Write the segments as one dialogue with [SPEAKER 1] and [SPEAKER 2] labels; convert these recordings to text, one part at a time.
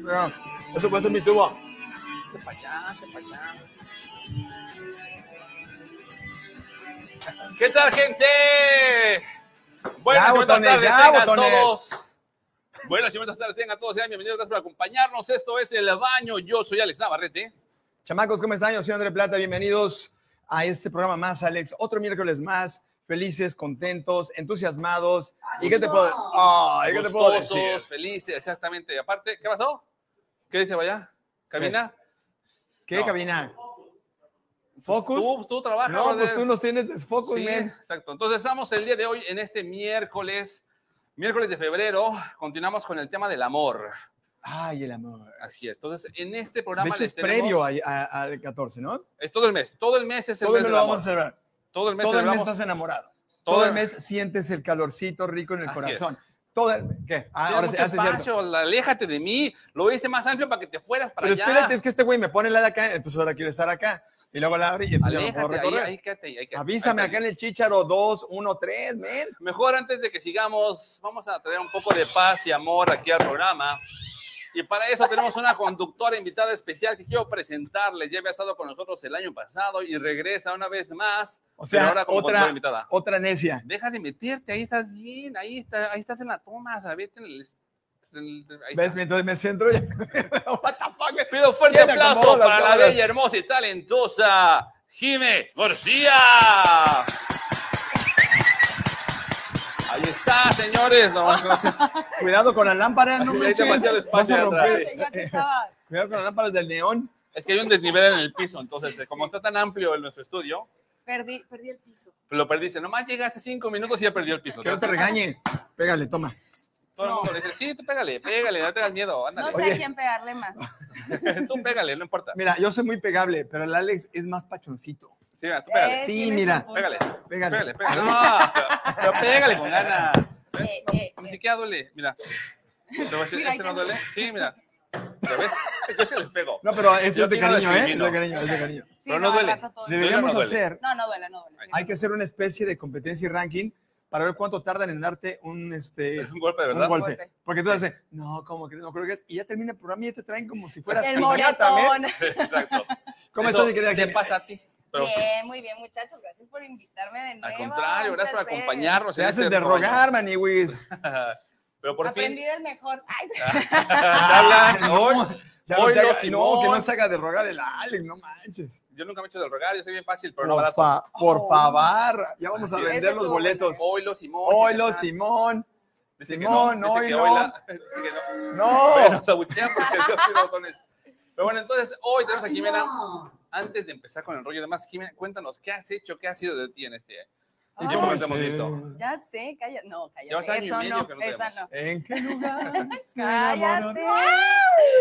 [SPEAKER 1] No, eso puede ser mi tubo.
[SPEAKER 2] Hazte para allá, hazte para allá. ¿Qué tal, gente? Buenas
[SPEAKER 1] Ya,
[SPEAKER 2] y buenas
[SPEAKER 1] botones,
[SPEAKER 2] tardes,
[SPEAKER 1] ya,
[SPEAKER 2] tengan
[SPEAKER 1] botones.
[SPEAKER 2] todos. Buenas y buenas tardes, tengan todos. Sean bienvenidos, gracias por acompañarnos. Esto es El Baño. Yo soy Alex Navarrete.
[SPEAKER 1] Chamacos, ¿cómo están? Yo soy André Plata, bienvenidos a este programa más, Alex. Otro miércoles más, felices, contentos, entusiasmados. ¿Y qué te puedo, Ay, ¿qué te puedo
[SPEAKER 2] Gustosos,
[SPEAKER 1] decir?
[SPEAKER 2] felices, exactamente. Y aparte, ¿qué pasó? ¿Qué dice vaya? ¿Camina?
[SPEAKER 1] ¿Qué,
[SPEAKER 2] No.
[SPEAKER 1] Cabina? ¿Focus?
[SPEAKER 2] Tú, tú trabajas.
[SPEAKER 1] no, pues
[SPEAKER 2] brother.
[SPEAKER 1] tú nos tienes desfocus,
[SPEAKER 2] Sí,
[SPEAKER 1] men.
[SPEAKER 2] exacto. Entonces estamos el día de hoy en este miércoles, miércoles de febrero, continuamos con el tema del amor.
[SPEAKER 1] Ay, el amor.
[SPEAKER 2] Así es. Entonces, en este
[SPEAKER 1] De
[SPEAKER 2] programa
[SPEAKER 1] hecho,
[SPEAKER 2] les
[SPEAKER 1] es
[SPEAKER 2] tenemos-
[SPEAKER 1] previo a- a- al 14, ¿no?
[SPEAKER 2] es todo el mes, todo el mes es el
[SPEAKER 1] Todo
[SPEAKER 2] mes
[SPEAKER 1] el mes
[SPEAKER 2] del
[SPEAKER 1] lo
[SPEAKER 2] amor.
[SPEAKER 1] vamos a celebrar.
[SPEAKER 2] Todo el mes
[SPEAKER 1] Todo el mes
[SPEAKER 2] celebramos-
[SPEAKER 1] estás enamorado.
[SPEAKER 2] todo
[SPEAKER 1] Todo el
[SPEAKER 2] el-
[SPEAKER 1] mes sientes el calorcito rico en el
[SPEAKER 2] Así
[SPEAKER 1] corazón. Todo el, ¿Qué? Ah,
[SPEAKER 2] Tiene
[SPEAKER 1] ahora
[SPEAKER 2] mucho
[SPEAKER 1] sí, ah, sí, es cierto.
[SPEAKER 2] espacio, la- aléjate de mí, lo hice más amplio para que te fueras para
[SPEAKER 1] Pero
[SPEAKER 2] allá.
[SPEAKER 1] espérate, es que este güey me pone la de acá, entonces ahora quiero estar acá. Y luego la abre y entonces ya no puedo
[SPEAKER 2] Aléjate, ahí,
[SPEAKER 1] recorrer.
[SPEAKER 2] ahí quédate, ahí quédate.
[SPEAKER 1] Avísame
[SPEAKER 2] Ahí
[SPEAKER 1] acá
[SPEAKER 2] está.
[SPEAKER 1] en el chicharo 213, men.
[SPEAKER 2] Mejor antes de que sigamos, vamos a traer un poco de paz y amor aquí al programa. Y para eso tenemos una conductora invitada especial que quiero presentarles. Ya había estado con nosotros el año pasado y regresa una vez más.
[SPEAKER 1] O
[SPEAKER 2] pero
[SPEAKER 1] sea,
[SPEAKER 2] ahora como conductora
[SPEAKER 1] otra,
[SPEAKER 2] invitada.
[SPEAKER 1] otra necia.
[SPEAKER 2] Deja de meterte, ahí estás bien, ahí, está, ahí estás en la toma, sabete en el... en el- ahí
[SPEAKER 1] ¿Ves?
[SPEAKER 2] está.
[SPEAKER 1] Entonces me centro y... What the fuck, güey?
[SPEAKER 2] Pido fuerte
[SPEAKER 1] ¿Quién acomodó
[SPEAKER 2] aplauso
[SPEAKER 1] las
[SPEAKER 2] para la
[SPEAKER 1] cámaras?
[SPEAKER 2] bella, hermosa y talentosa Jiménez García. Ahí está, señores. No, no, no.
[SPEAKER 1] Cuidado con las lámparas, no
[SPEAKER 2] Hay
[SPEAKER 1] manches.
[SPEAKER 2] demasiado
[SPEAKER 1] Vas a
[SPEAKER 2] espacio atrás,
[SPEAKER 1] romper.
[SPEAKER 3] Ya que estaba.
[SPEAKER 1] Cuidado con las lámparas del neón.
[SPEAKER 2] Es que hay un desnivel en el piso, entonces, eh, como está tan amplio en nuestro estudio,
[SPEAKER 3] Perdí, perdí el piso.
[SPEAKER 2] lo perdiste. Nomás llegaste cinco minutos y ya perdió el piso.
[SPEAKER 1] Que no te
[SPEAKER 2] Entonces,
[SPEAKER 1] regañen. Pégale, toma.
[SPEAKER 2] todo el
[SPEAKER 3] No.
[SPEAKER 2] mundo le dice, sí, tú pégale, pégale, no tengas miedo, ándale.
[SPEAKER 3] No sé
[SPEAKER 1] Oye.
[SPEAKER 3] a quién pegarle más.
[SPEAKER 2] tú pégale, no importa.
[SPEAKER 1] Mira, yo soy muy pegable, pero el Alex es más pachoncito.
[SPEAKER 2] Sí, tú pégale,
[SPEAKER 3] Eh,
[SPEAKER 1] Sí,
[SPEAKER 3] tienes
[SPEAKER 1] mira.
[SPEAKER 3] un punto.
[SPEAKER 2] pégale,
[SPEAKER 1] Pégale.
[SPEAKER 2] pégale, pégale. No, pero- pero pégale con ganas.
[SPEAKER 3] Eh, eh,
[SPEAKER 2] Ni
[SPEAKER 3] eh.
[SPEAKER 2] siquiera duele, mira. ¿Te voy a decir,
[SPEAKER 3] Mira,
[SPEAKER 2] ¿este no
[SPEAKER 3] ahí
[SPEAKER 2] duele? Sí, mira. ¿Lo ves? Yo se les pego.
[SPEAKER 1] No, pero eso
[SPEAKER 2] Yo
[SPEAKER 1] es de
[SPEAKER 2] aquí no
[SPEAKER 1] cariño, ¿eh? Es
[SPEAKER 2] discrimino.
[SPEAKER 1] de cariño, es de cariño.
[SPEAKER 3] Sí,
[SPEAKER 2] Pero no
[SPEAKER 3] al
[SPEAKER 2] duele.
[SPEAKER 3] rato todo bien.
[SPEAKER 1] Deberíamos
[SPEAKER 2] no duele.
[SPEAKER 1] hacer
[SPEAKER 3] No, no duele, no duele.
[SPEAKER 1] hay que hacer una especie de competencia y ranking para ver cuánto tardan en darte un, este,
[SPEAKER 2] Un golpe,
[SPEAKER 1] un
[SPEAKER 2] ¿verdad?
[SPEAKER 1] golpe.
[SPEAKER 3] Golpe.
[SPEAKER 1] Porque tú haces, no, como que no creo que es. Y ya termina el programa y ya te traen como si fueras
[SPEAKER 3] El
[SPEAKER 1] piñata, men.
[SPEAKER 3] moretón.
[SPEAKER 2] Sí, exacto.
[SPEAKER 1] ¿Cómo
[SPEAKER 2] Eso
[SPEAKER 1] estás, mi querida
[SPEAKER 2] Te
[SPEAKER 1] Jimmy?
[SPEAKER 2] pasa a ti. Pero sí.
[SPEAKER 3] Bien, ¿eh? muy bien, muchachos. Gracias por invitarme de nuevo.
[SPEAKER 2] Al contrario,
[SPEAKER 3] un
[SPEAKER 2] gracias por
[SPEAKER 3] placer.
[SPEAKER 2] acompañarnos.
[SPEAKER 1] Se
[SPEAKER 2] en
[SPEAKER 1] haces
[SPEAKER 2] este
[SPEAKER 1] de
[SPEAKER 2] rollo.
[SPEAKER 1] rogar, maniwis.
[SPEAKER 2] Pero por
[SPEAKER 3] Aprendí
[SPEAKER 2] fin.
[SPEAKER 3] del mejor. Ay,
[SPEAKER 2] Habla, hoy.
[SPEAKER 1] Ya no,
[SPEAKER 2] Hoy
[SPEAKER 1] te
[SPEAKER 2] no,
[SPEAKER 1] haga- no,
[SPEAKER 2] Simón.
[SPEAKER 1] que no se haga de rogar el Alex, no manches.
[SPEAKER 2] Yo nunca me he hecho del rogar, yo soy bien fácil, pero no
[SPEAKER 1] Por,
[SPEAKER 2] barato.
[SPEAKER 1] fa- por
[SPEAKER 3] Oh.
[SPEAKER 1] favor, ya vamos a
[SPEAKER 2] Así es.
[SPEAKER 1] vender
[SPEAKER 3] Eso
[SPEAKER 1] los
[SPEAKER 3] estuvo bueno,
[SPEAKER 1] boletos.
[SPEAKER 2] Oilo, Simón.
[SPEAKER 1] Hola,
[SPEAKER 2] chiquitán.
[SPEAKER 1] Simón.
[SPEAKER 2] Dice que
[SPEAKER 1] Simón,
[SPEAKER 2] no, dice que
[SPEAKER 1] hoy no.
[SPEAKER 2] hola, dice que no.
[SPEAKER 1] No.
[SPEAKER 2] Pero nos abuchean porque yo soy botones. Pero bueno, entonces hoy tenemos a Jimena. Antes de empezar con el rollo, además, Jimena, cuéntanos, ¿qué has hecho? ¿Qué ha sido de ti en este?
[SPEAKER 3] Ay,
[SPEAKER 2] tiempo que no te hemos
[SPEAKER 1] Sí.
[SPEAKER 2] visto?
[SPEAKER 3] Ya sé, cállate. No,
[SPEAKER 2] Llevas
[SPEAKER 3] cállate.
[SPEAKER 2] año y
[SPEAKER 3] Eso
[SPEAKER 2] medio
[SPEAKER 3] no,
[SPEAKER 2] que no te
[SPEAKER 3] esa
[SPEAKER 2] vemos.
[SPEAKER 3] no.
[SPEAKER 1] ¿En qué lugar? se enamoraron?
[SPEAKER 3] Cállate.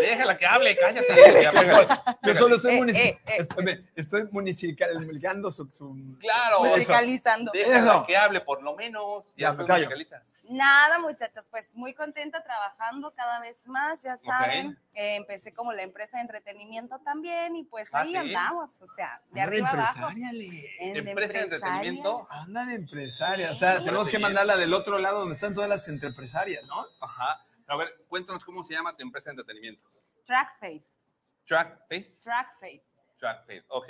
[SPEAKER 2] Déjala que hable, cállate. ya, pégale,
[SPEAKER 1] Yo
[SPEAKER 2] pégale.
[SPEAKER 1] solo estoy,
[SPEAKER 3] Eh,
[SPEAKER 1] munici-
[SPEAKER 3] eh, eh.
[SPEAKER 1] estoy, estoy municipalizando su, su-
[SPEAKER 2] Claro.
[SPEAKER 1] Eso.
[SPEAKER 3] Musicalizando.
[SPEAKER 2] Pues Déjala
[SPEAKER 1] Eso.
[SPEAKER 2] que hable, por lo menos.
[SPEAKER 1] Ya,
[SPEAKER 2] Ya,
[SPEAKER 1] me
[SPEAKER 2] después
[SPEAKER 1] callo.
[SPEAKER 2] musicalizas.
[SPEAKER 3] Nada, muchachos, pues muy contenta trabajando cada vez más, ya saben. Eh, empecé como la empresa de entretenimiento también y pues
[SPEAKER 2] Ah,
[SPEAKER 3] ahí
[SPEAKER 2] ¿sí?
[SPEAKER 3] andamos, o sea, de
[SPEAKER 1] Una
[SPEAKER 3] arriba abajo.
[SPEAKER 1] empresaria, le-
[SPEAKER 3] En
[SPEAKER 2] Empresa de entretenimiento.
[SPEAKER 1] Anda de empresaria, o sea,
[SPEAKER 2] Sí.
[SPEAKER 1] tenemos que mandarla del otro lado donde están todas las empresarias, ¿no?
[SPEAKER 2] Ajá. A ver, cuéntanos cómo se llama tu empresa de entretenimiento.
[SPEAKER 3] Trackface,
[SPEAKER 2] Trackface.
[SPEAKER 3] Trackface.
[SPEAKER 2] Trackface, ok.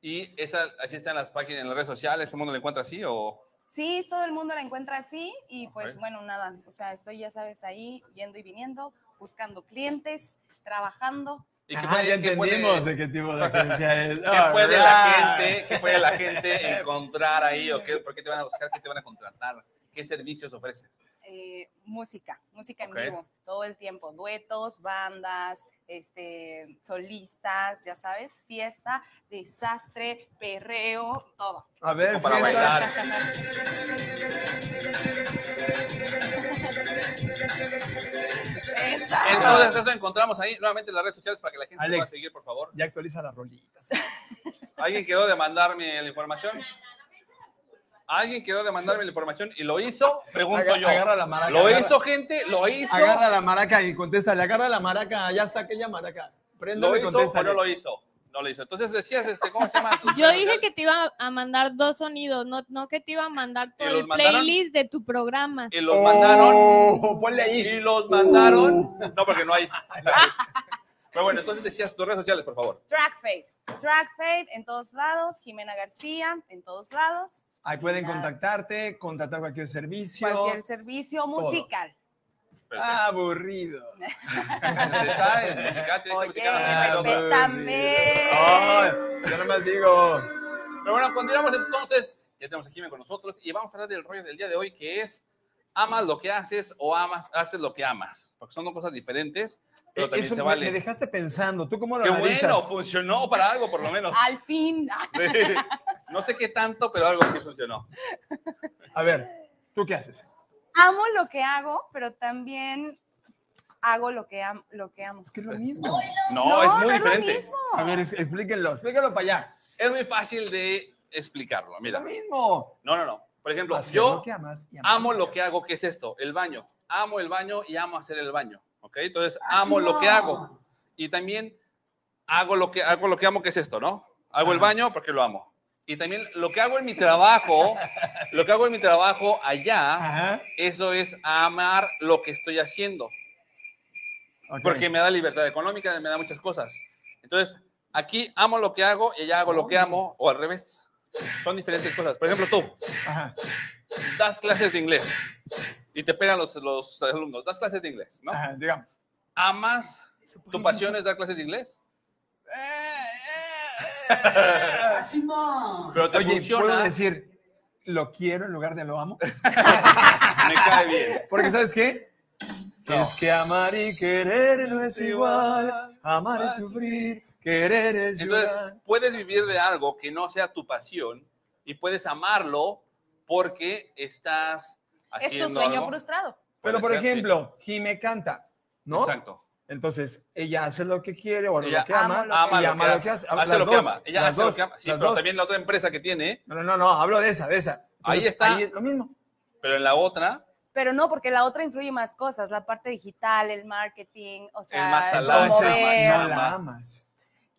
[SPEAKER 2] Y esa, así están las páginas en las redes sociales. ¿Todo el mundo la encuentra así o...?
[SPEAKER 3] Sí, todo el mundo la encuentra así y pues
[SPEAKER 2] Ok.
[SPEAKER 3] bueno, nada, o sea, estoy ya sabes ahí yendo y viniendo, buscando clientes, trabajando.
[SPEAKER 2] ¿Y
[SPEAKER 1] Ajá, Ah, ya
[SPEAKER 2] qué puede-
[SPEAKER 1] entendimos Ah. de qué tipo de agencia es.
[SPEAKER 2] ¿Qué puede la
[SPEAKER 1] Alright.
[SPEAKER 2] gente, qué puede la gente encontrar ahí o qué, por qué te van a buscar, qué te van a contratar, qué servicios ofreces?
[SPEAKER 3] eh, música, música
[SPEAKER 2] Ok.
[SPEAKER 3] en vivo, todo el tiempo, duetos, bandas, este, solistas, ya sabes, fiesta, desastre, perreo, todo.
[SPEAKER 1] A ver,
[SPEAKER 2] Como para
[SPEAKER 1] fiesta.
[SPEAKER 2] bailar.
[SPEAKER 3] Esa.
[SPEAKER 2] Entonces eso encontramos ahí nuevamente en las redes sociales para que la gente
[SPEAKER 1] Ah. Alex.
[SPEAKER 2] pueda seguir, por favor.
[SPEAKER 1] Ya actualiza las rolitas.
[SPEAKER 2] ¿Alguien quedó de mandarme la información? ¿Alguien quedó de mandarme la información y lo hizo? Pregunto
[SPEAKER 1] Aga-
[SPEAKER 2] yo.
[SPEAKER 1] agarra la maraca.
[SPEAKER 2] ¿Lo
[SPEAKER 1] agarra-
[SPEAKER 2] hizo, gente? ¿Lo hizo?
[SPEAKER 1] Agarra la maraca y contéstale. Agarra la maraca, ya está aquella maraca. Prende
[SPEAKER 2] ¿Lo
[SPEAKER 1] y
[SPEAKER 2] hizo o
[SPEAKER 1] contéstale.
[SPEAKER 2] no lo hizo? No lo hizo. Entonces decías, este, ¿cómo se llama?
[SPEAKER 4] Yo dije que te iba a mandar dos sonidos, no, no que te iba a mandar todo
[SPEAKER 2] los
[SPEAKER 4] el
[SPEAKER 2] mandaron?
[SPEAKER 4] playlist de tu programa.
[SPEAKER 2] Y los mandaron.
[SPEAKER 1] Oh, ponle ahí.
[SPEAKER 2] Y los mandaron. No, porque no hay. Pero bueno, entonces decías tus redes sociales, por favor.
[SPEAKER 3] Trackfade. Trackfade en todos lados. Jimena García en todos lados.
[SPEAKER 1] Ahí pueden
[SPEAKER 3] Ya.
[SPEAKER 1] contactarte, contratar cualquier servicio.
[SPEAKER 3] Cualquier servicio musical.
[SPEAKER 1] Ah. Aburrido.
[SPEAKER 2] Está en musical, tienes que
[SPEAKER 3] Oye,
[SPEAKER 2] musical, no, no, no.
[SPEAKER 3] respétame.
[SPEAKER 1] Ay, yo no más digo.
[SPEAKER 2] Pero bueno, continuamos entonces. Ya tenemos a Jimena con nosotros y vamos a hablar del rollo del día de hoy que es amas lo que haces o amas haces lo que amas, porque son dos cosas diferentes, pero también
[SPEAKER 1] Eh, Eso
[SPEAKER 2] se
[SPEAKER 1] me,
[SPEAKER 2] vale.
[SPEAKER 1] me dejaste pensando. ¿Tú cómo lo
[SPEAKER 2] Qué
[SPEAKER 1] analizas?
[SPEAKER 2] bueno, pues. funcionó para algo por lo menos.
[SPEAKER 3] Al fin.
[SPEAKER 2] Sí. No sé qué tanto, pero algo sí funcionó.
[SPEAKER 1] A ver, ¿tú qué haces?
[SPEAKER 3] Amo lo que hago, pero también hago lo que, am- lo que amo.
[SPEAKER 1] Es que es lo mismo.
[SPEAKER 2] No, es muy
[SPEAKER 3] no
[SPEAKER 2] diferente.
[SPEAKER 3] Es lo mismo.
[SPEAKER 1] A ver, es- explíquenlo, explíquenlo para allá.
[SPEAKER 2] Es muy fácil de explicarlo.
[SPEAKER 1] Es lo
[SPEAKER 2] Mira,
[SPEAKER 1] mismo.
[SPEAKER 2] no, no, no. Por ejemplo,
[SPEAKER 1] Hacer
[SPEAKER 2] yo
[SPEAKER 1] lo que amas y amar.
[SPEAKER 2] amo lo que hago, que es esto, el baño. Amo el baño y amo hacer el baño, ¿ok? Entonces,
[SPEAKER 3] Ah,
[SPEAKER 2] amo
[SPEAKER 3] sí,
[SPEAKER 2] lo que
[SPEAKER 3] no.
[SPEAKER 2] hago y también hago lo que, hago lo que amo, que es esto, ¿no? Hago el
[SPEAKER 1] Ajá.
[SPEAKER 2] baño porque lo amo. Y también lo que hago en mi trabajo, lo que hago en mi trabajo allá,
[SPEAKER 1] Ajá.
[SPEAKER 2] eso es amar lo que estoy haciendo,
[SPEAKER 1] ok.
[SPEAKER 2] porque me da libertad económica, me da muchas cosas. Entonces, aquí amo lo que hago y allá hago lo que amo, o al revés. Son diferentes cosas. Por ejemplo, tú,
[SPEAKER 1] Ajá.
[SPEAKER 2] das clases de inglés y te pegan los, los alumnos, das clases de inglés, ¿no?
[SPEAKER 1] Ajá, digamos.
[SPEAKER 2] ¿Amas? ¿Tu pasión es dar clases de inglés? Pero te
[SPEAKER 1] Oye, ¿puedo
[SPEAKER 2] funciona,
[SPEAKER 1] decir lo quiero en lugar de lo amo?
[SPEAKER 2] me cae bien.
[SPEAKER 1] Porque ¿sabes qué?
[SPEAKER 2] No.
[SPEAKER 1] Es que amar y querer no es igual. Amar es sufrir, querer es
[SPEAKER 2] Ah, Entonces,
[SPEAKER 1] llorar.
[SPEAKER 2] puedes vivir de algo que no sea tu pasión y puedes amarlo porque estás
[SPEAKER 3] Es
[SPEAKER 2] haciendo
[SPEAKER 3] tu sueño
[SPEAKER 2] algo.
[SPEAKER 3] frustrado.
[SPEAKER 1] Pero, por
[SPEAKER 2] Puede ser, sí.
[SPEAKER 1] ejemplo, Jime canta, ¿no?
[SPEAKER 2] Exacto.
[SPEAKER 1] Entonces, ella hace lo que quiere, bueno,
[SPEAKER 2] Ella
[SPEAKER 1] lo que ama,
[SPEAKER 2] Ama
[SPEAKER 1] y
[SPEAKER 2] lo que hace.
[SPEAKER 1] Ah,
[SPEAKER 2] Hace
[SPEAKER 1] las
[SPEAKER 2] lo que
[SPEAKER 1] dos,
[SPEAKER 2] ama. Ella
[SPEAKER 1] las
[SPEAKER 2] hace lo
[SPEAKER 1] dos,
[SPEAKER 2] que ama. Sí,
[SPEAKER 1] las
[SPEAKER 2] pero
[SPEAKER 1] dos.
[SPEAKER 2] también la otra empresa que tiene,
[SPEAKER 1] No, no, no, no, hablo de esa, de esa.
[SPEAKER 2] Ahí está.
[SPEAKER 1] es lo mismo.
[SPEAKER 2] pero en la otra,
[SPEAKER 3] Pero no, porque la otra influye más cosas, la parte digital, el marketing, o sea,
[SPEAKER 2] más
[SPEAKER 3] el
[SPEAKER 2] talante,
[SPEAKER 1] Entonces,
[SPEAKER 3] promover.
[SPEAKER 1] no la amas,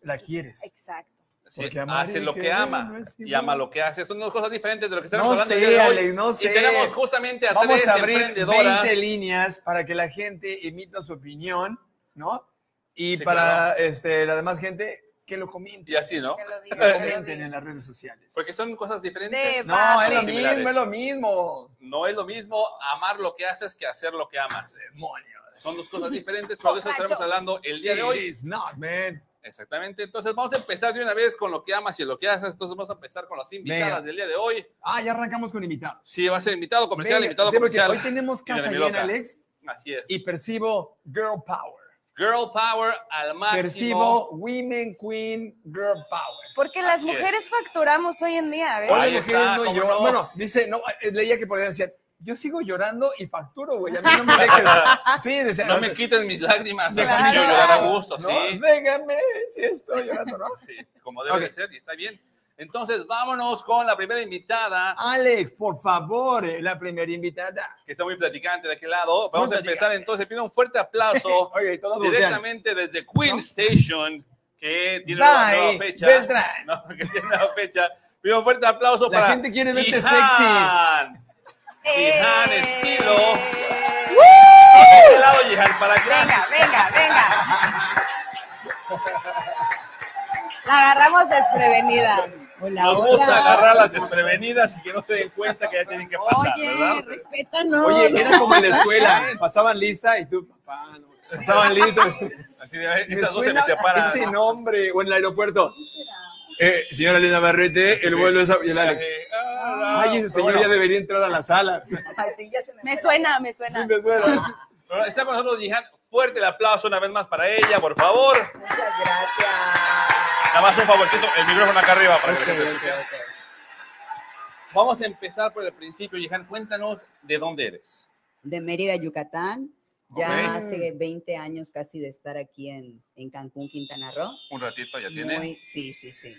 [SPEAKER 1] la quieres.
[SPEAKER 3] Exacto.
[SPEAKER 2] sí,
[SPEAKER 1] Porque amar
[SPEAKER 2] hace
[SPEAKER 1] y
[SPEAKER 2] lo que
[SPEAKER 1] querer
[SPEAKER 2] ama
[SPEAKER 1] no es
[SPEAKER 2] y
[SPEAKER 1] igual.
[SPEAKER 2] ama lo que hace. Son dos cosas diferentes de lo que estamos
[SPEAKER 1] No
[SPEAKER 2] hablando. el día de
[SPEAKER 1] sé,
[SPEAKER 2] hoy.
[SPEAKER 1] Alex, no sé.
[SPEAKER 2] Y tenemos justamente a
[SPEAKER 1] Vamos
[SPEAKER 2] tres
[SPEAKER 1] a abrir
[SPEAKER 2] emprendedoras.
[SPEAKER 1] 20 líneas para que la gente emita su opinión, ¿no? Y
[SPEAKER 2] Sí,
[SPEAKER 1] para
[SPEAKER 2] claro.
[SPEAKER 1] este, la demás gente que lo comente.
[SPEAKER 2] Y así, Pues, ¿no?
[SPEAKER 3] Que lo diga, que lo
[SPEAKER 1] comenten
[SPEAKER 3] diga.
[SPEAKER 1] en las redes sociales.
[SPEAKER 2] Porque son cosas
[SPEAKER 3] De
[SPEAKER 2] diferentes.
[SPEAKER 3] No,
[SPEAKER 1] No, es lo
[SPEAKER 3] partes
[SPEAKER 2] similares.
[SPEAKER 1] mismo, es lo mismo.
[SPEAKER 2] No es lo mismo amar lo que haces que hacer lo que amas. Son dos cosas diferentes, por eso estaremos
[SPEAKER 3] Borrachos.
[SPEAKER 2] hablando el día de
[SPEAKER 1] It
[SPEAKER 2] hoy.
[SPEAKER 1] is not, man.
[SPEAKER 2] Exactamente. Entonces vamos a empezar de una vez con lo que amas y lo que haces. Entonces vamos a empezar con las invitadas
[SPEAKER 1] Venga.
[SPEAKER 2] del día de hoy.
[SPEAKER 1] Ah, ya arrancamos con invitados.
[SPEAKER 2] Sí, va a ser invitado comercial,
[SPEAKER 1] Venga,
[SPEAKER 2] invitado
[SPEAKER 1] sí, porque
[SPEAKER 2] comercial.
[SPEAKER 1] Hoy tenemos
[SPEAKER 2] Y de la
[SPEAKER 1] casa
[SPEAKER 2] Miloca.
[SPEAKER 1] llena, Alex,
[SPEAKER 2] Así es.
[SPEAKER 1] y percibo girl power.
[SPEAKER 2] Girl power al máximo.
[SPEAKER 1] Percibo women queen girl power.
[SPEAKER 3] Porque las
[SPEAKER 2] Así es.
[SPEAKER 3] mujeres facturamos hoy en día, ¿ves?
[SPEAKER 2] Ahí
[SPEAKER 1] Hoy
[SPEAKER 2] está,
[SPEAKER 1] no
[SPEAKER 2] ¿cómo
[SPEAKER 1] lloran.
[SPEAKER 2] no?
[SPEAKER 1] Bueno, dice, no, eh, leía que podían decir, yo sigo llorando y facturo, güey. A mí no me dejes. Sí, decía,
[SPEAKER 2] No me quites mis lágrimas.
[SPEAKER 1] Déjame
[SPEAKER 2] Déjame yo
[SPEAKER 1] llorar.
[SPEAKER 2] llorar a gusto,
[SPEAKER 1] No,
[SPEAKER 2] sí.
[SPEAKER 1] déjame, si estoy llorando, ¿no?
[SPEAKER 2] Sí, como debe
[SPEAKER 1] Ok.
[SPEAKER 2] de ser y está bien. Entonces, vámonos con la primera invitada,
[SPEAKER 1] Alex, por favor, eh, la primera invitada.
[SPEAKER 2] que está muy platicante de aquel lado. Vamos a
[SPEAKER 1] platicante.
[SPEAKER 2] empezar entonces. Pido un fuerte aplauso
[SPEAKER 1] Oye, y todos voltean.
[SPEAKER 2] directamente desde Queen Station, que tiene una nueva
[SPEAKER 1] Dai,
[SPEAKER 2] fecha.
[SPEAKER 1] Beltrán.
[SPEAKER 2] No, que tiene una nueva fecha. Pido un fuerte aplauso
[SPEAKER 1] La
[SPEAKER 2] para.
[SPEAKER 1] gente quiere verte
[SPEAKER 2] Jihan. Jihan,
[SPEAKER 3] Eh. ¡Uh!
[SPEAKER 2] estilo. Este lado, Jihan, para acá.
[SPEAKER 3] Venga, venga, venga. La agarramos desprevenida. Hola,
[SPEAKER 2] Nos gusta agarrar las desprevenidas y que no se den cuenta que ya tienen que pasar,
[SPEAKER 3] Oye,
[SPEAKER 2] ¿verdad?
[SPEAKER 3] respétanos.
[SPEAKER 1] Oye, era como en la escuela. Pasaban lista y tú, papá, no. Pasaban lista.
[SPEAKER 2] Así de,
[SPEAKER 1] Me
[SPEAKER 2] esas dos se me
[SPEAKER 1] suena
[SPEAKER 2] separan.
[SPEAKER 1] ese nombre. O en el aeropuerto. Eh, señora Elena Barrete, el vuelo es... a- y el Alex. Eh,
[SPEAKER 2] Ah,
[SPEAKER 1] Ay, ese señor ya debería entrar a la sala.
[SPEAKER 3] me suena, me suena.
[SPEAKER 1] Sí, me suena.
[SPEAKER 2] Bueno, Está con nosotros Jihan. Fuerte el aplauso una vez más para ella, por favor.
[SPEAKER 5] Muchas gracias.
[SPEAKER 2] Nada más un favorcito, el micrófono acá arriba para que la gente escuche. Vamos a empezar por el principio, Jihan. Cuéntanos de dónde eres.
[SPEAKER 5] De Mérida, Yucatán. Ya
[SPEAKER 1] Ok.
[SPEAKER 5] hace 20 años casi de estar aquí en, en Cancún, Quintana Roo.
[SPEAKER 2] Un ratito ya
[SPEAKER 5] Muy- sí, sí, sí.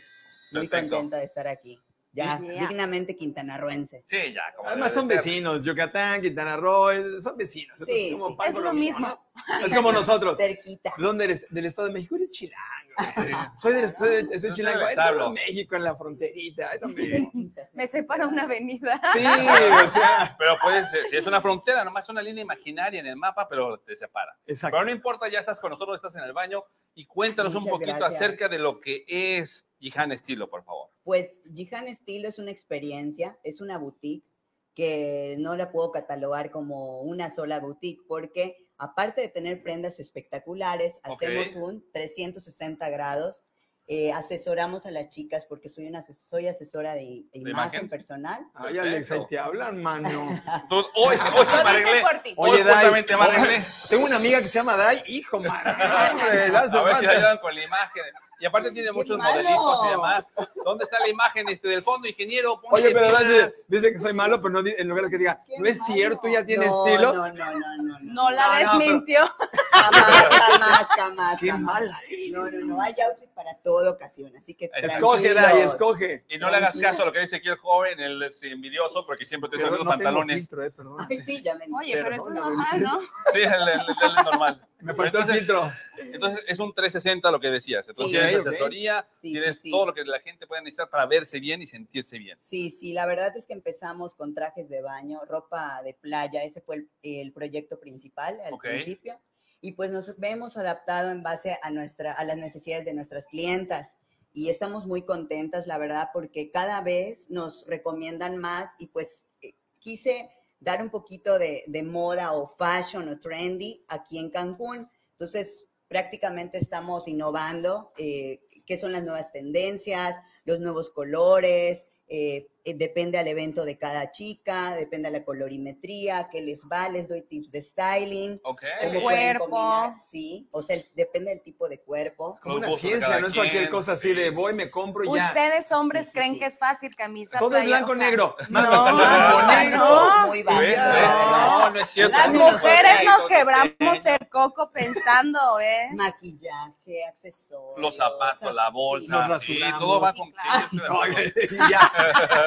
[SPEAKER 5] Muy
[SPEAKER 2] Perfecto.
[SPEAKER 5] contenta de estar aquí. ya
[SPEAKER 3] Yeah.
[SPEAKER 5] dignamente quintanarruense.
[SPEAKER 2] Sí, ya. Como
[SPEAKER 1] Además
[SPEAKER 2] debe
[SPEAKER 1] son
[SPEAKER 2] de ser.
[SPEAKER 1] vecinos, Yucatán, Quintana Roo, es- son vecinos.
[SPEAKER 5] Sí,
[SPEAKER 1] es como
[SPEAKER 5] sí.
[SPEAKER 1] pan
[SPEAKER 3] Es
[SPEAKER 1] con
[SPEAKER 3] lo mismo.
[SPEAKER 1] ¿no? Es como
[SPEAKER 2] Pues,
[SPEAKER 1] nosotros.
[SPEAKER 5] Cerquita.
[SPEAKER 1] ¿De dónde eres? Del Estado de México. Eres chilango. Soy del Estado de soy
[SPEAKER 2] No
[SPEAKER 1] chilango.
[SPEAKER 2] sabes,
[SPEAKER 1] Ay, no,
[SPEAKER 2] hablo.
[SPEAKER 1] México, en la fronterita. Ay, también.
[SPEAKER 5] cerquita,
[SPEAKER 3] Me
[SPEAKER 5] cerquita.
[SPEAKER 3] separa una avenida.
[SPEAKER 1] Sí, o sea,
[SPEAKER 2] Pero puede ser, si es una frontera, nomás una línea imaginaria en el mapa, pero te separa.
[SPEAKER 1] exacto.
[SPEAKER 2] Pero no importa, ya estás con nosotros, estás en el baño y cuéntanos un
[SPEAKER 5] Muchas
[SPEAKER 2] poquito
[SPEAKER 5] gracias.
[SPEAKER 2] acerca de lo que es Yihan Estilo, por favor.
[SPEAKER 5] Pues Jihan Estilo es una experiencia, es una boutique que no la puedo catalogar como una sola boutique porque aparte de tener prendas espectaculares,
[SPEAKER 2] Ok.
[SPEAKER 5] hacemos un 360 grados, eh, asesoramos a las chicas porque soy, una, ases- soy asesora de, de imagen
[SPEAKER 2] imagen?
[SPEAKER 5] personal.
[SPEAKER 1] Ay, Alex, ahí
[SPEAKER 2] Perfecto.
[SPEAKER 1] te hablan, mano.
[SPEAKER 2] Tú- Hoy, hoy sí
[SPEAKER 3] Yo
[SPEAKER 2] me
[SPEAKER 3] no sé
[SPEAKER 2] arreglé.
[SPEAKER 3] por ti.
[SPEAKER 2] Hoy
[SPEAKER 1] Oye, Dai,
[SPEAKER 2] justamente me
[SPEAKER 1] oh,
[SPEAKER 2] arreglé.
[SPEAKER 1] Tengo una amiga que se llama Dai, hijo, mano. Hombre, le hace
[SPEAKER 2] A ver si la
[SPEAKER 1] falta.
[SPEAKER 2] ayudan con la imagen. Y aparte tiene
[SPEAKER 5] ¡Qué
[SPEAKER 2] muchos
[SPEAKER 5] malo!
[SPEAKER 2] modelitos y demás. ¿Dónde está la imagen este del fondo, ingeniero? Ponte
[SPEAKER 1] Oye, pero Dai
[SPEAKER 2] pilas.
[SPEAKER 1] dice, dice que soy malo, pero no, di- en lugar de que diga,
[SPEAKER 5] Qué
[SPEAKER 1] no es
[SPEAKER 5] malo.
[SPEAKER 1] cierto, ya tiene
[SPEAKER 5] No,
[SPEAKER 1] estilo.
[SPEAKER 5] No, no, no, no.
[SPEAKER 3] No la
[SPEAKER 1] No, no,
[SPEAKER 3] desmintió.
[SPEAKER 5] Jamás, jamás, jamás.
[SPEAKER 1] Qué
[SPEAKER 5] jamás.
[SPEAKER 1] mala.
[SPEAKER 5] No, no, no. Hay outfit para toda ocasión, así que
[SPEAKER 1] Escoge, Dai,
[SPEAKER 5] tranquilos.
[SPEAKER 1] escoge.
[SPEAKER 2] Y no le hagas
[SPEAKER 5] Tranquila.
[SPEAKER 2] caso a lo que dice aquí el joven, el este, envidioso, porque siempre te
[SPEAKER 1] Perdón,
[SPEAKER 2] salen los
[SPEAKER 1] no tengo
[SPEAKER 2] pantalones.
[SPEAKER 1] filtro, eh, perdón.
[SPEAKER 5] Ay, sí, ya me
[SPEAKER 3] Oye, pero eso es
[SPEAKER 1] Perdóname.
[SPEAKER 3] normal, ¿no?
[SPEAKER 2] Sí, el, el- el- el normal.
[SPEAKER 1] Me faltó el
[SPEAKER 2] Entonces,
[SPEAKER 1] filtro.
[SPEAKER 2] Entonces es un 360 lo que decías. Entonces
[SPEAKER 5] Sí.
[SPEAKER 2] tienes
[SPEAKER 1] Ok, ok.
[SPEAKER 2] asesoría,
[SPEAKER 5] Sí,
[SPEAKER 2] tienes
[SPEAKER 5] sí, sí.
[SPEAKER 2] todo lo que la gente puede necesitar para verse bien y sentirse bien.
[SPEAKER 5] Sí, sí, la verdad es que empezamos con trajes de baño, ropa de playa, ese fue el, el proyecto principal al
[SPEAKER 2] Ok.
[SPEAKER 5] principio. Y pues nos hemos adaptado en base a, nuestra, a las necesidades de nuestras clientas. Y estamos muy contentas, la verdad, porque cada vez nos recomiendan más y pues eh, quise dar un poquito de, de moda o fashion o trendy aquí en Cancún. Entonces, prácticamente estamos innovando eh, qué son las nuevas tendencias, los nuevos colores, eh, eh, depende al evento de cada chica, depende a la colorimetría, qué les va, les doy tips de styling.
[SPEAKER 2] Ok.
[SPEAKER 5] cómo pueden
[SPEAKER 3] Cuerpo.
[SPEAKER 5] combinar, Sí, o sea, el- depende del tipo de cuerpo.
[SPEAKER 1] Como una
[SPEAKER 2] Los gustos de
[SPEAKER 1] ciencia,
[SPEAKER 2] cada
[SPEAKER 1] no es cualquier
[SPEAKER 2] quien,
[SPEAKER 1] cosa así de
[SPEAKER 2] sí, sí.
[SPEAKER 1] voy, me compro y ya.
[SPEAKER 3] Ustedes hombres
[SPEAKER 5] Sí, sí,
[SPEAKER 3] creen
[SPEAKER 5] sí.
[SPEAKER 3] que es fácil camisa.
[SPEAKER 1] Todo es
[SPEAKER 3] playa,
[SPEAKER 1] blanco,
[SPEAKER 3] o sea,
[SPEAKER 1] negro.
[SPEAKER 3] No,
[SPEAKER 1] blanco,
[SPEAKER 3] no,
[SPEAKER 1] negro.
[SPEAKER 3] no.
[SPEAKER 5] muy
[SPEAKER 2] ¿Ves?
[SPEAKER 5] básico,
[SPEAKER 1] Ah,
[SPEAKER 5] ¿verdad?
[SPEAKER 2] No, no es cierto.
[SPEAKER 3] Las
[SPEAKER 5] También nosotros
[SPEAKER 3] mujeres
[SPEAKER 5] ahí
[SPEAKER 3] nos
[SPEAKER 2] Los
[SPEAKER 3] quebramos
[SPEAKER 2] diseños,
[SPEAKER 3] el coco pensando, ¿eh?
[SPEAKER 5] Maquillaje, accesorios.
[SPEAKER 2] Los zapatos,
[SPEAKER 5] zap-
[SPEAKER 2] la
[SPEAKER 5] sí,
[SPEAKER 1] nos
[SPEAKER 2] bolsa, sí,
[SPEAKER 1] rasuramos.
[SPEAKER 2] todo va con
[SPEAKER 3] Sí, claro.
[SPEAKER 2] sí, yo estoy de
[SPEAKER 1] No,
[SPEAKER 2] acuerdo.
[SPEAKER 1] y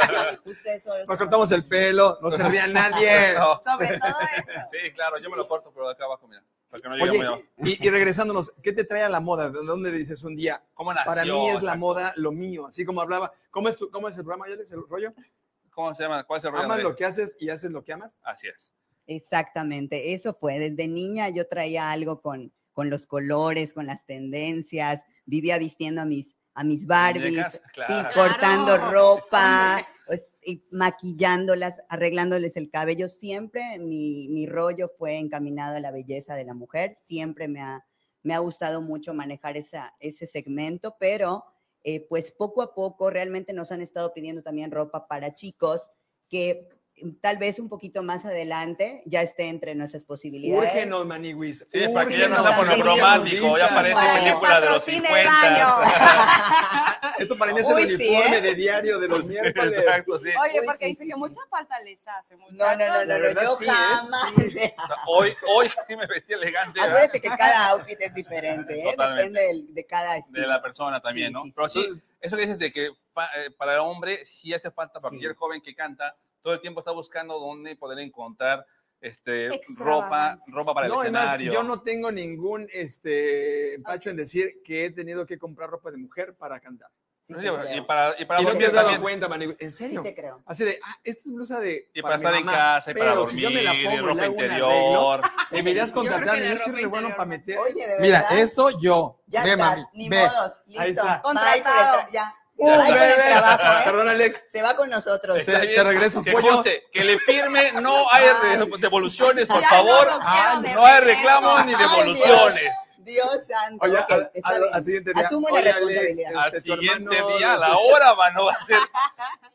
[SPEAKER 1] ya.
[SPEAKER 5] Ustedes solos
[SPEAKER 1] Nos cortamos el pelo, no se ría nadie.
[SPEAKER 2] No,
[SPEAKER 3] Sobre todo eso.
[SPEAKER 2] Sí, claro, yo me lo corto, pero de acá abajo, mira. Para que no llegue muy
[SPEAKER 1] Oye,
[SPEAKER 2] abajo.
[SPEAKER 1] y, y regresándonos, ¿qué te trae a la moda? ¿De dónde dices un día?
[SPEAKER 2] ¿Cómo nació?
[SPEAKER 1] Para mí es la
[SPEAKER 2] Exacto.
[SPEAKER 1] moda lo mío, así como hablaba. ¿Cómo es, tu, cómo es el programa, Yales, el rollo?
[SPEAKER 2] ¿Cómo se llama? ¿Cuál es el rollo?
[SPEAKER 1] Amas
[SPEAKER 2] Andrés?
[SPEAKER 1] lo que haces y haces lo que amas.
[SPEAKER 2] Así es.
[SPEAKER 5] Exactamente, eso fue. Desde niña yo traía algo con, con los colores, con las tendencias, vivía vistiendo a mis, a mis Barbies,
[SPEAKER 2] Muñecas, claro.
[SPEAKER 5] sí,
[SPEAKER 2] Claro.
[SPEAKER 5] cortando ropa,
[SPEAKER 3] Hombre.
[SPEAKER 5] pues, y maquillándolas, arreglándoles el cabello. Siempre mi, mi rollo fue encaminado a la belleza de la mujer, siempre me ha, me ha gustado mucho manejar esa, ese segmento, pero eh, pues poco a poco realmente nos han estado pidiendo también ropa para chicos que mm, tal vez un poquito más adelante ya esté entre nuestras posibilidades.
[SPEAKER 1] Úrgenos, maniwis.
[SPEAKER 2] Sí, para que ya no
[SPEAKER 5] Úrgenos,
[SPEAKER 2] sea
[SPEAKER 1] Úrgenos,
[SPEAKER 5] por lo
[SPEAKER 1] Andrés,
[SPEAKER 2] pornogromántico, ya
[SPEAKER 1] Lisa.
[SPEAKER 2] parece
[SPEAKER 5] Bueno,
[SPEAKER 2] película de los
[SPEAKER 3] patrocina
[SPEAKER 2] 50.
[SPEAKER 3] el baño.
[SPEAKER 1] Esto para mí es el
[SPEAKER 5] Uy, sí,
[SPEAKER 1] uniforme
[SPEAKER 5] ¿eh?
[SPEAKER 1] de diario de los miércoles.
[SPEAKER 2] Exacto, sí.
[SPEAKER 3] Oye,
[SPEAKER 5] Uy,
[SPEAKER 3] porque
[SPEAKER 5] sí,
[SPEAKER 3] dice
[SPEAKER 5] sí,
[SPEAKER 3] que
[SPEAKER 5] sí.
[SPEAKER 3] mucha falta les hace,
[SPEAKER 5] No,
[SPEAKER 3] muchachos.
[SPEAKER 5] no, no,
[SPEAKER 1] La
[SPEAKER 5] no, no,
[SPEAKER 1] verdad
[SPEAKER 5] yo
[SPEAKER 1] sí, ¿eh?
[SPEAKER 5] jamás.
[SPEAKER 1] Ah.
[SPEAKER 2] Hoy, hoy sí me vestí elegante. ¿verdad?
[SPEAKER 5] Acuérdate que cada outfit es diferente, ¿eh?
[SPEAKER 2] Totalmente.
[SPEAKER 5] depende del- de cada estilo.
[SPEAKER 2] de la persona también,
[SPEAKER 5] Sí,
[SPEAKER 2] ¿no?
[SPEAKER 5] sí, sí.
[SPEAKER 2] Pero sí, eso que dices de que fa- eh, para el hombre sí hace falta, para
[SPEAKER 5] Sí.
[SPEAKER 2] cualquier joven que canta, todo el tiempo está buscando dónde poder encontrar este, ropa,
[SPEAKER 3] Extravagancia.
[SPEAKER 2] ropa para el
[SPEAKER 1] No, además,
[SPEAKER 2] escenario.
[SPEAKER 1] yo no tengo ningún este empacho en decir que he tenido que comprar ropa de mujer para cantar.
[SPEAKER 2] Sí,
[SPEAKER 5] Sí te creo,
[SPEAKER 2] y para, y para
[SPEAKER 1] y no me
[SPEAKER 2] dormir
[SPEAKER 1] has dado
[SPEAKER 2] también.
[SPEAKER 1] cuenta, Maniwis. ¿En
[SPEAKER 5] sí
[SPEAKER 1] serio?
[SPEAKER 5] te creo.
[SPEAKER 1] Así de, ah, esta es blusa de.
[SPEAKER 2] Y para, estar
[SPEAKER 1] mi
[SPEAKER 2] en
[SPEAKER 1] mamá.
[SPEAKER 2] casa, y para
[SPEAKER 1] Pero
[SPEAKER 2] dormir,
[SPEAKER 1] si yo me la
[SPEAKER 2] y
[SPEAKER 1] pongo y le
[SPEAKER 2] ropa
[SPEAKER 1] hago un
[SPEAKER 2] interior.
[SPEAKER 1] arreglo, Deberías
[SPEAKER 3] creo que la
[SPEAKER 1] contratarme, yo
[SPEAKER 3] ropa
[SPEAKER 1] soy re bueno
[SPEAKER 3] interior,
[SPEAKER 1] para
[SPEAKER 3] ¿no?
[SPEAKER 1] meter.
[SPEAKER 5] Oye, de
[SPEAKER 1] Mira,
[SPEAKER 5] verdad,
[SPEAKER 1] esto yo.
[SPEAKER 5] ya
[SPEAKER 1] ve,
[SPEAKER 5] estás,
[SPEAKER 1] mami.
[SPEAKER 5] ni
[SPEAKER 1] ve.
[SPEAKER 5] modos, listo.
[SPEAKER 1] Ahí está.
[SPEAKER 5] Bye por el
[SPEAKER 3] Contratado.
[SPEAKER 5] tra- ya.
[SPEAKER 1] Uh,
[SPEAKER 5] Bye por
[SPEAKER 1] ve,
[SPEAKER 5] el
[SPEAKER 1] ve.
[SPEAKER 5] trabajo, ¿eh?
[SPEAKER 1] Perdón, Alex.
[SPEAKER 5] Se va con nosotros.
[SPEAKER 1] Sí.
[SPEAKER 2] Ah, Está
[SPEAKER 1] te
[SPEAKER 2] bien,
[SPEAKER 1] regreso,
[SPEAKER 2] que
[SPEAKER 1] pollo.
[SPEAKER 2] conste, que le firme, no hay
[SPEAKER 5] Ay.
[SPEAKER 2] re- devoluciones, por
[SPEAKER 3] Ya no
[SPEAKER 2] favor.
[SPEAKER 3] lo quiero
[SPEAKER 2] Ah,
[SPEAKER 3] de
[SPEAKER 2] no hay
[SPEAKER 3] regreso.
[SPEAKER 2] reclamos ni
[SPEAKER 5] Ay, Dios. Este,
[SPEAKER 2] devoluciones.
[SPEAKER 5] Dios santo.
[SPEAKER 1] Oye,
[SPEAKER 5] ok,
[SPEAKER 1] al,
[SPEAKER 5] está
[SPEAKER 1] al-
[SPEAKER 5] bien.
[SPEAKER 1] al siguiente día.
[SPEAKER 5] Asumo la
[SPEAKER 1] oye, Alex,
[SPEAKER 5] responsabilidad.
[SPEAKER 1] este,
[SPEAKER 2] Al
[SPEAKER 1] tu
[SPEAKER 2] siguiente
[SPEAKER 1] hermano-
[SPEAKER 2] día, a la hora, mano, va a ser.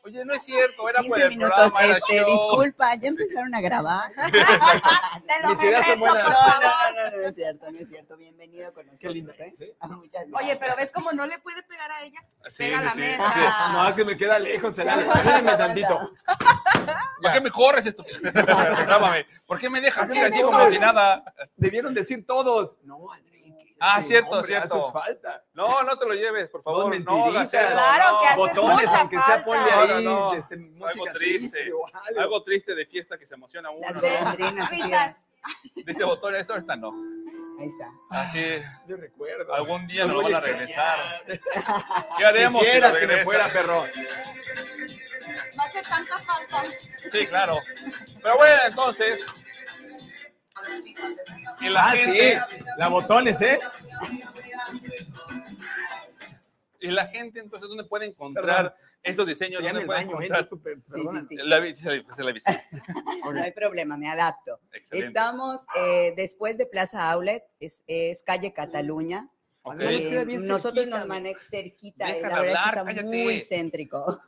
[SPEAKER 2] Oye, no es cierto, era por
[SPEAKER 5] 15
[SPEAKER 2] el
[SPEAKER 5] minutos.
[SPEAKER 2] programa, era
[SPEAKER 5] Este,
[SPEAKER 2] show.
[SPEAKER 5] disculpa, ¿ya empezaron a grabar?
[SPEAKER 3] Te lo
[SPEAKER 1] Mis ideas son
[SPEAKER 3] regreso,
[SPEAKER 5] No,
[SPEAKER 1] buenas.
[SPEAKER 3] por
[SPEAKER 5] no,
[SPEAKER 3] favor.
[SPEAKER 5] no, no, no, no es cierto, no es cierto. Bienvenido con nosotros.
[SPEAKER 1] Qué linda
[SPEAKER 5] ¿eh?
[SPEAKER 1] es, ¿eh?
[SPEAKER 5] Ah, Muchas gracias.
[SPEAKER 3] Oye, pero ves como no le puede pegar a ella.
[SPEAKER 2] Sí,
[SPEAKER 3] Pega a
[SPEAKER 2] sí,
[SPEAKER 3] la
[SPEAKER 2] sí.
[SPEAKER 3] mesa.
[SPEAKER 2] Ah.
[SPEAKER 1] No, es que me queda lejos el Alex. Espérenme tantito.
[SPEAKER 2] ¿Por qué me corres esto? Grábame. ¿Por qué me dejas
[SPEAKER 1] ¿Por
[SPEAKER 2] venir
[SPEAKER 1] qué
[SPEAKER 2] aquí
[SPEAKER 1] me
[SPEAKER 2] como si
[SPEAKER 1] corres?
[SPEAKER 2] nada?
[SPEAKER 1] Debieron decir todos. No, André, ¿qué?
[SPEAKER 2] Ah, cierto,
[SPEAKER 1] Hombre,
[SPEAKER 2] cierto.
[SPEAKER 1] haces falta.
[SPEAKER 2] No, no te lo lleves, por favor.
[SPEAKER 1] Dos
[SPEAKER 2] no,
[SPEAKER 1] mentiritas.
[SPEAKER 2] Gacela,
[SPEAKER 3] Claro
[SPEAKER 2] no.
[SPEAKER 3] que haces
[SPEAKER 1] Botones,
[SPEAKER 3] mucha
[SPEAKER 1] aunque sea,
[SPEAKER 3] falta.
[SPEAKER 1] ponle
[SPEAKER 2] No, no,
[SPEAKER 1] ahí
[SPEAKER 2] no.
[SPEAKER 1] este, música
[SPEAKER 2] triste.
[SPEAKER 1] triste. o algo.
[SPEAKER 2] Algo triste de fiesta que se emociona uno.
[SPEAKER 5] Las
[SPEAKER 2] ¿no?
[SPEAKER 5] golondrinas. sí,
[SPEAKER 3] Risas.
[SPEAKER 2] Dice botón, esto ahorita no.
[SPEAKER 5] Ahí está.
[SPEAKER 2] Así,
[SPEAKER 1] Yo recuerdo.
[SPEAKER 2] algún día
[SPEAKER 1] Los
[SPEAKER 2] nos
[SPEAKER 1] voy
[SPEAKER 2] van a
[SPEAKER 1] extrañar.
[SPEAKER 2] regresar. ¿Qué haremos si
[SPEAKER 1] Quisiera
[SPEAKER 2] nos
[SPEAKER 1] que me
[SPEAKER 2] regresan?
[SPEAKER 1] fuera, perro.
[SPEAKER 3] Va a hacer tanta falta.
[SPEAKER 2] Sí, claro. Pero bueno, entonces. Y la
[SPEAKER 1] ah,
[SPEAKER 2] gente.
[SPEAKER 1] sí. La botones, ¿eh?
[SPEAKER 2] Y la gente, entonces, ¿dónde puede encontrar estos diseños?
[SPEAKER 1] Se
[SPEAKER 2] ¿Dónde
[SPEAKER 1] llama el
[SPEAKER 2] puede
[SPEAKER 1] baño, ¿eh?
[SPEAKER 2] encontrar?
[SPEAKER 1] Súper-
[SPEAKER 5] Sí,
[SPEAKER 1] perdona.
[SPEAKER 5] sí, sí.
[SPEAKER 2] La, vi- se la, vi- se la vi-
[SPEAKER 5] No hay problema, me adapto.
[SPEAKER 2] Excelente.
[SPEAKER 5] Estamos eh, después de Plaza Outlet, es, es calle Cataluña.
[SPEAKER 2] Ok.
[SPEAKER 1] Ándale.
[SPEAKER 5] Eh,
[SPEAKER 1] queda bien
[SPEAKER 5] nosotros
[SPEAKER 1] cerquita,
[SPEAKER 5] nos
[SPEAKER 1] güey.
[SPEAKER 5] manejamos cerquita, eh,
[SPEAKER 2] Deja
[SPEAKER 5] la
[SPEAKER 2] de
[SPEAKER 5] verdad es que
[SPEAKER 2] hablar,
[SPEAKER 5] está
[SPEAKER 2] cállate.
[SPEAKER 5] muy céntrico.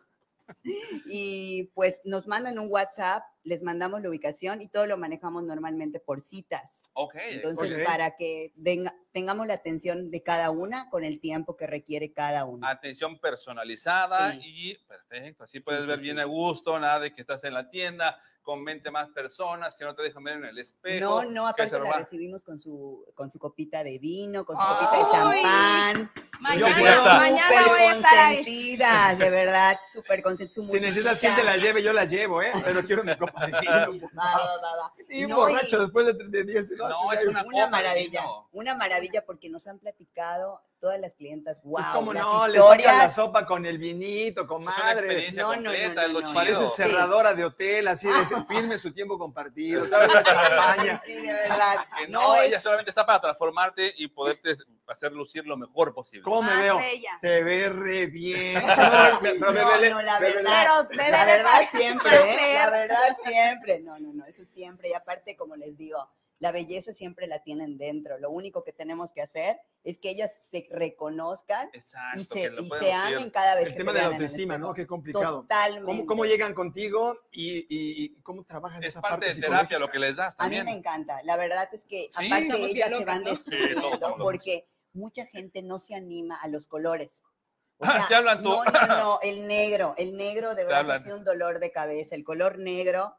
[SPEAKER 5] Y pues nos mandan un WhatsApp, les mandamos la ubicación y todo lo manejamos normalmente por citas.
[SPEAKER 2] Ok.
[SPEAKER 5] Entonces,
[SPEAKER 1] Ok.
[SPEAKER 5] para que tenga- tengamos la atención de cada una con el tiempo que requiere cada una.
[SPEAKER 2] Atención personalizada
[SPEAKER 5] Sí.
[SPEAKER 2] y perfecto. Así
[SPEAKER 5] Sí,
[SPEAKER 2] puedes
[SPEAKER 5] sí,
[SPEAKER 2] ver
[SPEAKER 5] sí.
[SPEAKER 2] bien a gusto, nada de que estás en la tienda con 20 más personas que no te dejan ver en el espejo.
[SPEAKER 5] No, no,
[SPEAKER 2] que se
[SPEAKER 5] aparte la
[SPEAKER 2] roban.
[SPEAKER 5] recibimos con su, con su copita de vino, con su
[SPEAKER 1] ¡Ay!
[SPEAKER 5] copita de champán.
[SPEAKER 2] Yo
[SPEAKER 3] Mañana,
[SPEAKER 2] voy a estar.
[SPEAKER 3] mañana voy a estar ahí.
[SPEAKER 5] consentida, de verdad, súper consentida.
[SPEAKER 1] Si necesitas que te la lleve, yo la llevo, ¿eh? Pero quiero mi copa de vino.
[SPEAKER 5] Va, va, va, va.
[SPEAKER 1] Y
[SPEAKER 5] No,
[SPEAKER 1] borracho
[SPEAKER 5] y-
[SPEAKER 1] después de 10.
[SPEAKER 2] No, es una,
[SPEAKER 5] Una
[SPEAKER 2] copa,
[SPEAKER 5] maravilla,
[SPEAKER 2] no.
[SPEAKER 5] una maravilla porque nos han platicado todas las clientas, wow,
[SPEAKER 1] Es como
[SPEAKER 5] las
[SPEAKER 1] no, le
[SPEAKER 5] historias.
[SPEAKER 1] saca la sopa con el vinito,
[SPEAKER 2] Es una
[SPEAKER 1] comadre.
[SPEAKER 2] experiencia
[SPEAKER 5] No, no,
[SPEAKER 2] completa,
[SPEAKER 5] no,
[SPEAKER 2] es lo
[SPEAKER 5] no,
[SPEAKER 2] chido.
[SPEAKER 5] no.
[SPEAKER 1] Parece
[SPEAKER 5] Sí.
[SPEAKER 1] cerradora de hotel, así de ese, firme su tiempo compartido. ¿sabes? La cabaña.
[SPEAKER 5] Sí, de verdad.
[SPEAKER 2] Que no,
[SPEAKER 5] Ah, No,
[SPEAKER 2] ella
[SPEAKER 5] es,
[SPEAKER 2] solamente está para transformarte y poderte hacer lucir lo mejor posible.
[SPEAKER 1] ¿Cómo me
[SPEAKER 3] Más
[SPEAKER 1] veo?
[SPEAKER 3] bella.
[SPEAKER 1] Te ve re bien.
[SPEAKER 5] no, no, la verdad.
[SPEAKER 3] Pero debe
[SPEAKER 5] la
[SPEAKER 3] de
[SPEAKER 5] verdad
[SPEAKER 3] parecer.
[SPEAKER 5] siempre, ¿eh? la verdad siempre. No, no, no, eso siempre. Y aparte, como les digo, la belleza siempre la tienen dentro. Lo único que tenemos que hacer es que ellas se reconozcan
[SPEAKER 2] Exacto.
[SPEAKER 5] y
[SPEAKER 2] que
[SPEAKER 5] se,
[SPEAKER 2] lo
[SPEAKER 5] y
[SPEAKER 2] puedan
[SPEAKER 5] se
[SPEAKER 2] lucir.
[SPEAKER 5] amen cada vez
[SPEAKER 1] El
[SPEAKER 5] que
[SPEAKER 1] tema
[SPEAKER 5] se
[SPEAKER 1] de la
[SPEAKER 5] vean en el
[SPEAKER 1] autoestima,
[SPEAKER 5] espejo.
[SPEAKER 1] ¿no? Qué complicado.
[SPEAKER 5] Totalmente.
[SPEAKER 1] ¿Cómo, cómo llegan contigo y, y- y cómo trabajas
[SPEAKER 2] Es
[SPEAKER 1] esa
[SPEAKER 2] parte
[SPEAKER 1] parte
[SPEAKER 2] de
[SPEAKER 1] psicológica?
[SPEAKER 2] terapia lo que les das
[SPEAKER 5] A mí
[SPEAKER 2] también.
[SPEAKER 5] me encanta. La verdad es que
[SPEAKER 2] Sí.
[SPEAKER 5] aparte
[SPEAKER 2] Estamos
[SPEAKER 5] ellas
[SPEAKER 4] bien
[SPEAKER 5] se
[SPEAKER 4] locas,
[SPEAKER 5] van
[SPEAKER 4] ¿no?
[SPEAKER 2] Sí,
[SPEAKER 5] descubriendo
[SPEAKER 2] estamos locas.
[SPEAKER 5] porque mucha gente no se anima a los colores. O
[SPEAKER 2] Ah, te hablan tú.
[SPEAKER 5] No, no, no, el negro, el negro de verdad
[SPEAKER 2] hablan.
[SPEAKER 5] es un dolor de cabeza, el color negro.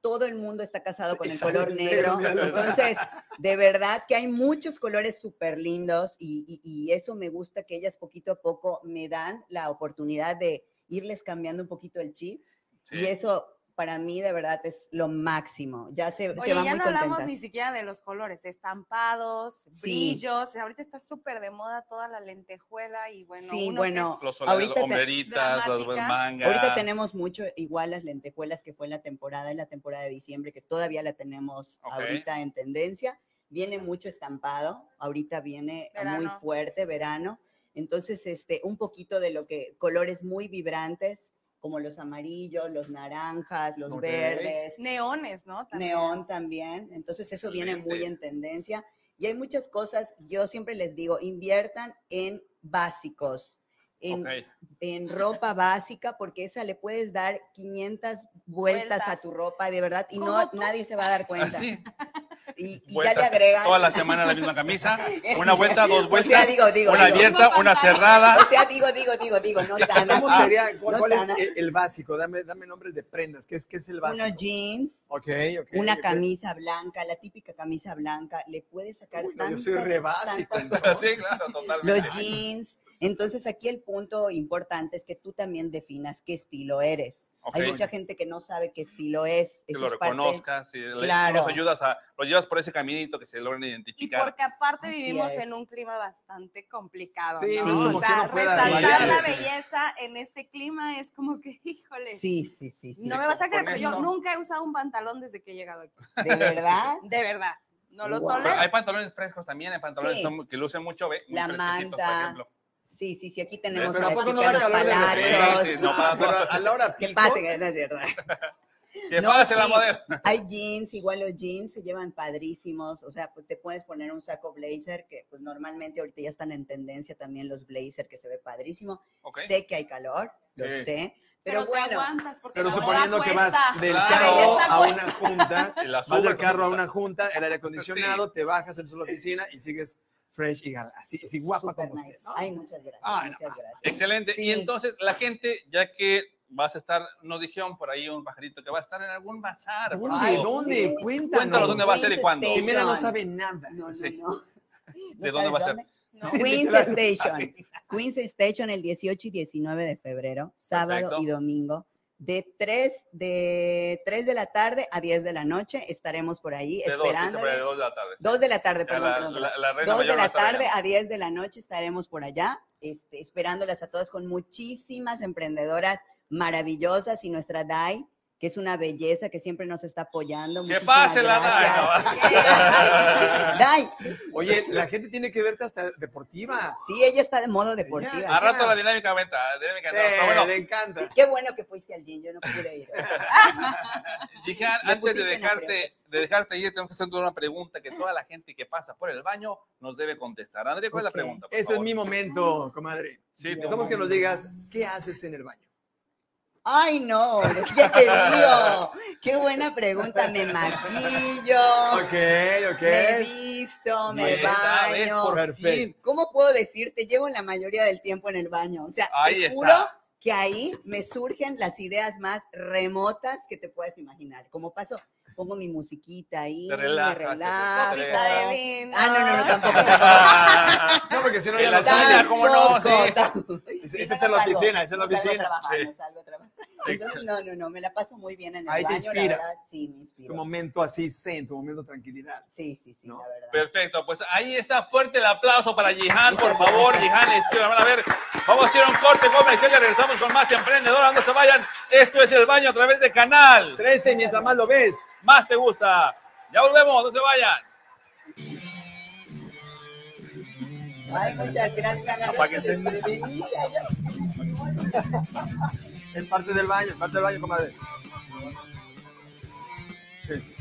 [SPEAKER 5] Todo el mundo está casado con el
[SPEAKER 1] Exacto,
[SPEAKER 5] color
[SPEAKER 1] el negro,
[SPEAKER 5] negro.
[SPEAKER 1] mira,
[SPEAKER 5] Entonces, de verdad que hay muchos colores súper lindos y, y- y eso me gusta que ellas poquito a poco me dan la oportunidad de irles cambiando un poquito el chip.
[SPEAKER 2] Sí.
[SPEAKER 5] Y eso para mí de verdad es lo máximo. Ya se, se
[SPEAKER 3] Oye,
[SPEAKER 5] van
[SPEAKER 3] ya
[SPEAKER 5] muy
[SPEAKER 3] no hablamos
[SPEAKER 5] contentas.
[SPEAKER 3] ni siquiera de los colores, estampados, brillos. Ahorita está súper de moda toda la lentejuela y bueno.
[SPEAKER 5] Sí,
[SPEAKER 3] uno
[SPEAKER 5] bueno,
[SPEAKER 3] que es-
[SPEAKER 2] Los soleros,
[SPEAKER 5] Ahorita te-
[SPEAKER 2] hombreritas, las
[SPEAKER 3] dramática.
[SPEAKER 2] mangas.
[SPEAKER 5] Ahorita tenemos mucho, igual las lentejuelas que fue en la temporada, en la temporada de diciembre, que todavía la tenemos
[SPEAKER 2] Ok.
[SPEAKER 5] ahorita en tendencia. Viene mucho estampado, ahorita viene muy
[SPEAKER 3] Verano.
[SPEAKER 5] fuerte verano. Entonces, este, un poquito de lo que, colores muy vibrantes, como los amarillos, los naranjas, los
[SPEAKER 1] Ok.
[SPEAKER 5] verdes,
[SPEAKER 3] Neones, ¿no? También.
[SPEAKER 5] neón también. Entonces eso viene muy
[SPEAKER 2] Excelente.
[SPEAKER 5] en tendencia. Y hay muchas cosas, yo siempre les digo, inviertan en básicos, en,
[SPEAKER 2] Ok.
[SPEAKER 5] en ropa básica, porque esa le puedes dar 500 vueltas, a
[SPEAKER 3] Vueltas.
[SPEAKER 5] tu ropa, de verdad, y no
[SPEAKER 3] ¿Cómo tú?
[SPEAKER 5] nadie se va a dar cuenta.
[SPEAKER 2] Así,
[SPEAKER 5] Y, y ya le
[SPEAKER 2] vueltas.
[SPEAKER 5] agregan...
[SPEAKER 2] Toda la semana la misma camisa. Una vuelta, dos
[SPEAKER 5] O sea,
[SPEAKER 2] vueltas.
[SPEAKER 5] digo, digo,
[SPEAKER 2] Una
[SPEAKER 5] digo.
[SPEAKER 2] abierta, una cerrada.
[SPEAKER 5] O sea, digo, digo, digo, digo, no tan
[SPEAKER 1] ¿Cómo
[SPEAKER 5] así.
[SPEAKER 1] sería? ¿Cuál,
[SPEAKER 5] Ah, no
[SPEAKER 1] cuál es
[SPEAKER 5] tan-
[SPEAKER 1] el, el básico? Dame, dame nombres de prendas. ¿Qué es, qué es el básico?
[SPEAKER 5] Unos jeans,
[SPEAKER 1] Ok, ok.
[SPEAKER 5] una
[SPEAKER 1] ok.
[SPEAKER 5] camisa blanca, la típica camisa blanca, le puedes sacar
[SPEAKER 1] Uy, no, yo
[SPEAKER 5] tantas,
[SPEAKER 1] soy re básico,
[SPEAKER 5] tantas
[SPEAKER 1] entonces.
[SPEAKER 2] Sí, claro,
[SPEAKER 5] los
[SPEAKER 2] totalmente.
[SPEAKER 5] jeans. Entonces aquí el punto importante es que tú también definas qué estilo eres.
[SPEAKER 2] Ok.
[SPEAKER 5] Hay mucha gente que no sabe qué estilo es.
[SPEAKER 2] que
[SPEAKER 5] eso
[SPEAKER 2] lo
[SPEAKER 5] es parte-
[SPEAKER 2] reconozcas, y le-
[SPEAKER 5] Claro.
[SPEAKER 2] los ayudas a, los llevas por ese caminito que se logren
[SPEAKER 3] Y
[SPEAKER 2] identificar.
[SPEAKER 3] porque aparte
[SPEAKER 5] Así
[SPEAKER 3] vivimos
[SPEAKER 5] es.
[SPEAKER 3] en un clima bastante complicado,
[SPEAKER 1] Sí,
[SPEAKER 5] sí,
[SPEAKER 3] ¿no?
[SPEAKER 5] como
[SPEAKER 3] O
[SPEAKER 1] que
[SPEAKER 3] sea,
[SPEAKER 1] uno pueda
[SPEAKER 3] resaltar
[SPEAKER 2] variar.
[SPEAKER 3] la belleza en este clima es como que, híjole,
[SPEAKER 5] Sí, sí, sí, sí.
[SPEAKER 3] no me vas a creer,
[SPEAKER 2] con
[SPEAKER 3] pero yo
[SPEAKER 2] eso-
[SPEAKER 3] nunca he usado un pantalón desde que he llegado aquí.
[SPEAKER 5] De verdad,
[SPEAKER 3] De verdad, no lo
[SPEAKER 5] Wow.
[SPEAKER 2] Pero
[SPEAKER 3] tolero.
[SPEAKER 2] hay pantalones frescos también, hay pantalones
[SPEAKER 5] Sí.
[SPEAKER 2] que son- que lucen mucho, ve, muy
[SPEAKER 5] La
[SPEAKER 2] fresquecitos,
[SPEAKER 5] manta.
[SPEAKER 2] por ejemplo.
[SPEAKER 5] sí, sí, sí, aquí tenemos
[SPEAKER 1] Pero
[SPEAKER 5] a la
[SPEAKER 1] tampoco no
[SPEAKER 5] chica de los
[SPEAKER 1] da calor de
[SPEAKER 5] palachos.
[SPEAKER 2] repente, sí, no,
[SPEAKER 1] Ah, pero a la hora
[SPEAKER 5] Que
[SPEAKER 1] pico,
[SPEAKER 5] pasen, no es verdad.
[SPEAKER 2] Que
[SPEAKER 5] No,
[SPEAKER 2] pase la
[SPEAKER 5] sí.
[SPEAKER 2] modelo.
[SPEAKER 5] Hay jeans, igual los jeans se llevan padrísimos, o sea, pues te puedes poner un saco blazer que pues normalmente ahorita ya están en tendencia también los blazer que se ve padrísimo.
[SPEAKER 2] Ok.
[SPEAKER 5] Sé que hay calor, lo
[SPEAKER 2] Sí.
[SPEAKER 5] sé, pero,
[SPEAKER 3] te
[SPEAKER 5] bueno,
[SPEAKER 3] aguantas porque
[SPEAKER 1] Pero
[SPEAKER 3] la moda
[SPEAKER 1] suponiendo que vas
[SPEAKER 3] cuesta.
[SPEAKER 1] del
[SPEAKER 2] Claro.
[SPEAKER 1] carro
[SPEAKER 3] Esa
[SPEAKER 1] a
[SPEAKER 3] cuesta.
[SPEAKER 1] una junta,
[SPEAKER 2] Y la
[SPEAKER 1] vas
[SPEAKER 2] sube
[SPEAKER 1] del carro a
[SPEAKER 2] con-
[SPEAKER 1] una junta, el aire acondicionado, te bajas en la oficina y sigues fresh y gala. Así, así guapa
[SPEAKER 5] súper
[SPEAKER 1] como usted.
[SPEAKER 5] nice.
[SPEAKER 1] ¿no?
[SPEAKER 5] Ay, muchas gracias,
[SPEAKER 1] Ah, no
[SPEAKER 5] muchas gracias.
[SPEAKER 2] Excelente.
[SPEAKER 5] Sí.
[SPEAKER 2] Y entonces la gente, ya que vas a estar, nos dijeron por ahí un pajarito que va a estar en algún bazar. por
[SPEAKER 1] ¿Dónde?
[SPEAKER 2] favor.
[SPEAKER 1] ¿Dónde?
[SPEAKER 5] sí.
[SPEAKER 1] Cuéntanos.
[SPEAKER 2] Cuéntanos dónde va a ser y
[SPEAKER 5] Space
[SPEAKER 2] cuándo.
[SPEAKER 1] Jimena no
[SPEAKER 5] Station.
[SPEAKER 1] sabe nada.
[SPEAKER 5] No, no,
[SPEAKER 2] Sí.
[SPEAKER 5] no.
[SPEAKER 2] ¿De dónde va a ser?
[SPEAKER 3] No.
[SPEAKER 5] Queens
[SPEAKER 2] Literal.
[SPEAKER 5] Station. Queens Station el 18 y 19 de febrero, sábado
[SPEAKER 2] Perfecto.
[SPEAKER 5] y domingo, de 3, de 3 de la tarde a 10 de la noche. Estaremos por ahí
[SPEAKER 2] De dos, dice,
[SPEAKER 5] esperando.
[SPEAKER 2] por ahí, de dos de la tarde.
[SPEAKER 5] 2 de la tarde,
[SPEAKER 2] Ya
[SPEAKER 5] perdón.
[SPEAKER 2] la-
[SPEAKER 5] perdón,
[SPEAKER 2] la- la reina
[SPEAKER 5] 2
[SPEAKER 2] mayor
[SPEAKER 5] de
[SPEAKER 2] va a
[SPEAKER 5] la
[SPEAKER 2] estar allá.
[SPEAKER 5] tarde a 10 de la noche estaremos por allá, este, esperándolas a todas con muchísimas emprendedoras maravillosas y nuestra DAI, que es una belleza que siempre nos está apoyando.
[SPEAKER 2] Que
[SPEAKER 5] Muchísimas
[SPEAKER 2] pase la DAI.
[SPEAKER 5] gracias. DAI,
[SPEAKER 1] Oye, la gente tiene que verte hasta deportiva.
[SPEAKER 5] sí, ella está de modo deportiva.
[SPEAKER 2] A rato la dinámica venta. Dinámica, no, pero bueno,
[SPEAKER 1] le encanta.
[SPEAKER 5] Qué bueno que fuiste al gym, yo no pude ir.
[SPEAKER 2] Dije,
[SPEAKER 5] Me
[SPEAKER 2] antes de
[SPEAKER 5] pusiste en
[SPEAKER 2] dejarte,
[SPEAKER 5] aprietos.
[SPEAKER 2] de dejarte ir, tenemos que hacer una pregunta que toda la gente que pasa por el baño nos debe contestar. André, ¿cuál es la
[SPEAKER 5] Ok.
[SPEAKER 2] pregunta? por
[SPEAKER 1] Ese es
[SPEAKER 2] favor?
[SPEAKER 1] mi momento, comadre.
[SPEAKER 2] Sí, tu
[SPEAKER 1] Necesitamos que
[SPEAKER 2] momento.
[SPEAKER 1] nos digas qué haces en el baño.
[SPEAKER 5] Ay, no, ¿qué te digo? Qué buena pregunta. Me maquillo,
[SPEAKER 1] Ok,
[SPEAKER 5] me
[SPEAKER 1] ok.
[SPEAKER 5] visto, me
[SPEAKER 2] Ahí está, ¿ves?
[SPEAKER 5] baño.
[SPEAKER 2] Por
[SPEAKER 1] Perfecto.
[SPEAKER 2] fin.
[SPEAKER 5] ¿Cómo puedo decirte? Llevo la mayoría del tiempo en el baño. O sea,
[SPEAKER 2] Ahí
[SPEAKER 5] te
[SPEAKER 2] está.
[SPEAKER 5] juro que ahí me surgen las ideas más remotas que te puedas imaginar. Como paso, pongo mi musiquita ahí,
[SPEAKER 2] Te
[SPEAKER 5] me
[SPEAKER 2] relajas, te
[SPEAKER 5] relajo.
[SPEAKER 2] Copita
[SPEAKER 3] de vino.
[SPEAKER 5] Ah, no, no, no, tampoco.
[SPEAKER 2] Ah,
[SPEAKER 1] No, porque si no ya
[SPEAKER 2] En
[SPEAKER 1] lo
[SPEAKER 2] la sala,
[SPEAKER 1] sale.
[SPEAKER 2] ¿cómo no? Sí.
[SPEAKER 5] Tampoco,
[SPEAKER 1] Esa
[SPEAKER 5] Sí,
[SPEAKER 1] esa es
[SPEAKER 5] no
[SPEAKER 1] la
[SPEAKER 5] salgo,
[SPEAKER 1] oficina, esa es la
[SPEAKER 5] no salgo a
[SPEAKER 1] oficina.
[SPEAKER 5] trabajar,
[SPEAKER 2] Sí.
[SPEAKER 5] no salgo a trabajar. Entonces, no, no, no, me la paso muy bien en el
[SPEAKER 1] Ahí te
[SPEAKER 5] baño, la
[SPEAKER 1] inspiras.
[SPEAKER 5] verdad, sí, me inspiro.
[SPEAKER 1] Tu momento así zen, tu momento de tranquilidad.
[SPEAKER 5] Sí, sí, sí,
[SPEAKER 1] ¿No?
[SPEAKER 5] la verdad.
[SPEAKER 2] Perfecto, pues ahí está fuerte el aplauso para Jihan, por favor, Jihan, Esquivel, van a ver, vamos a hacer un corte comercial y regresamos con más emprendedoras, no se vayan, esto es El Baño a través de Canal,
[SPEAKER 1] 13, mientras más lo ves.
[SPEAKER 2] más te gusta, ya volvemos, no se vayan.
[SPEAKER 5] Ay, muchas gracias. me agarraste
[SPEAKER 2] Apáguense.
[SPEAKER 5] desprevenida, ya.
[SPEAKER 1] Es parte del baño, es parte del baño, comadre. Sí.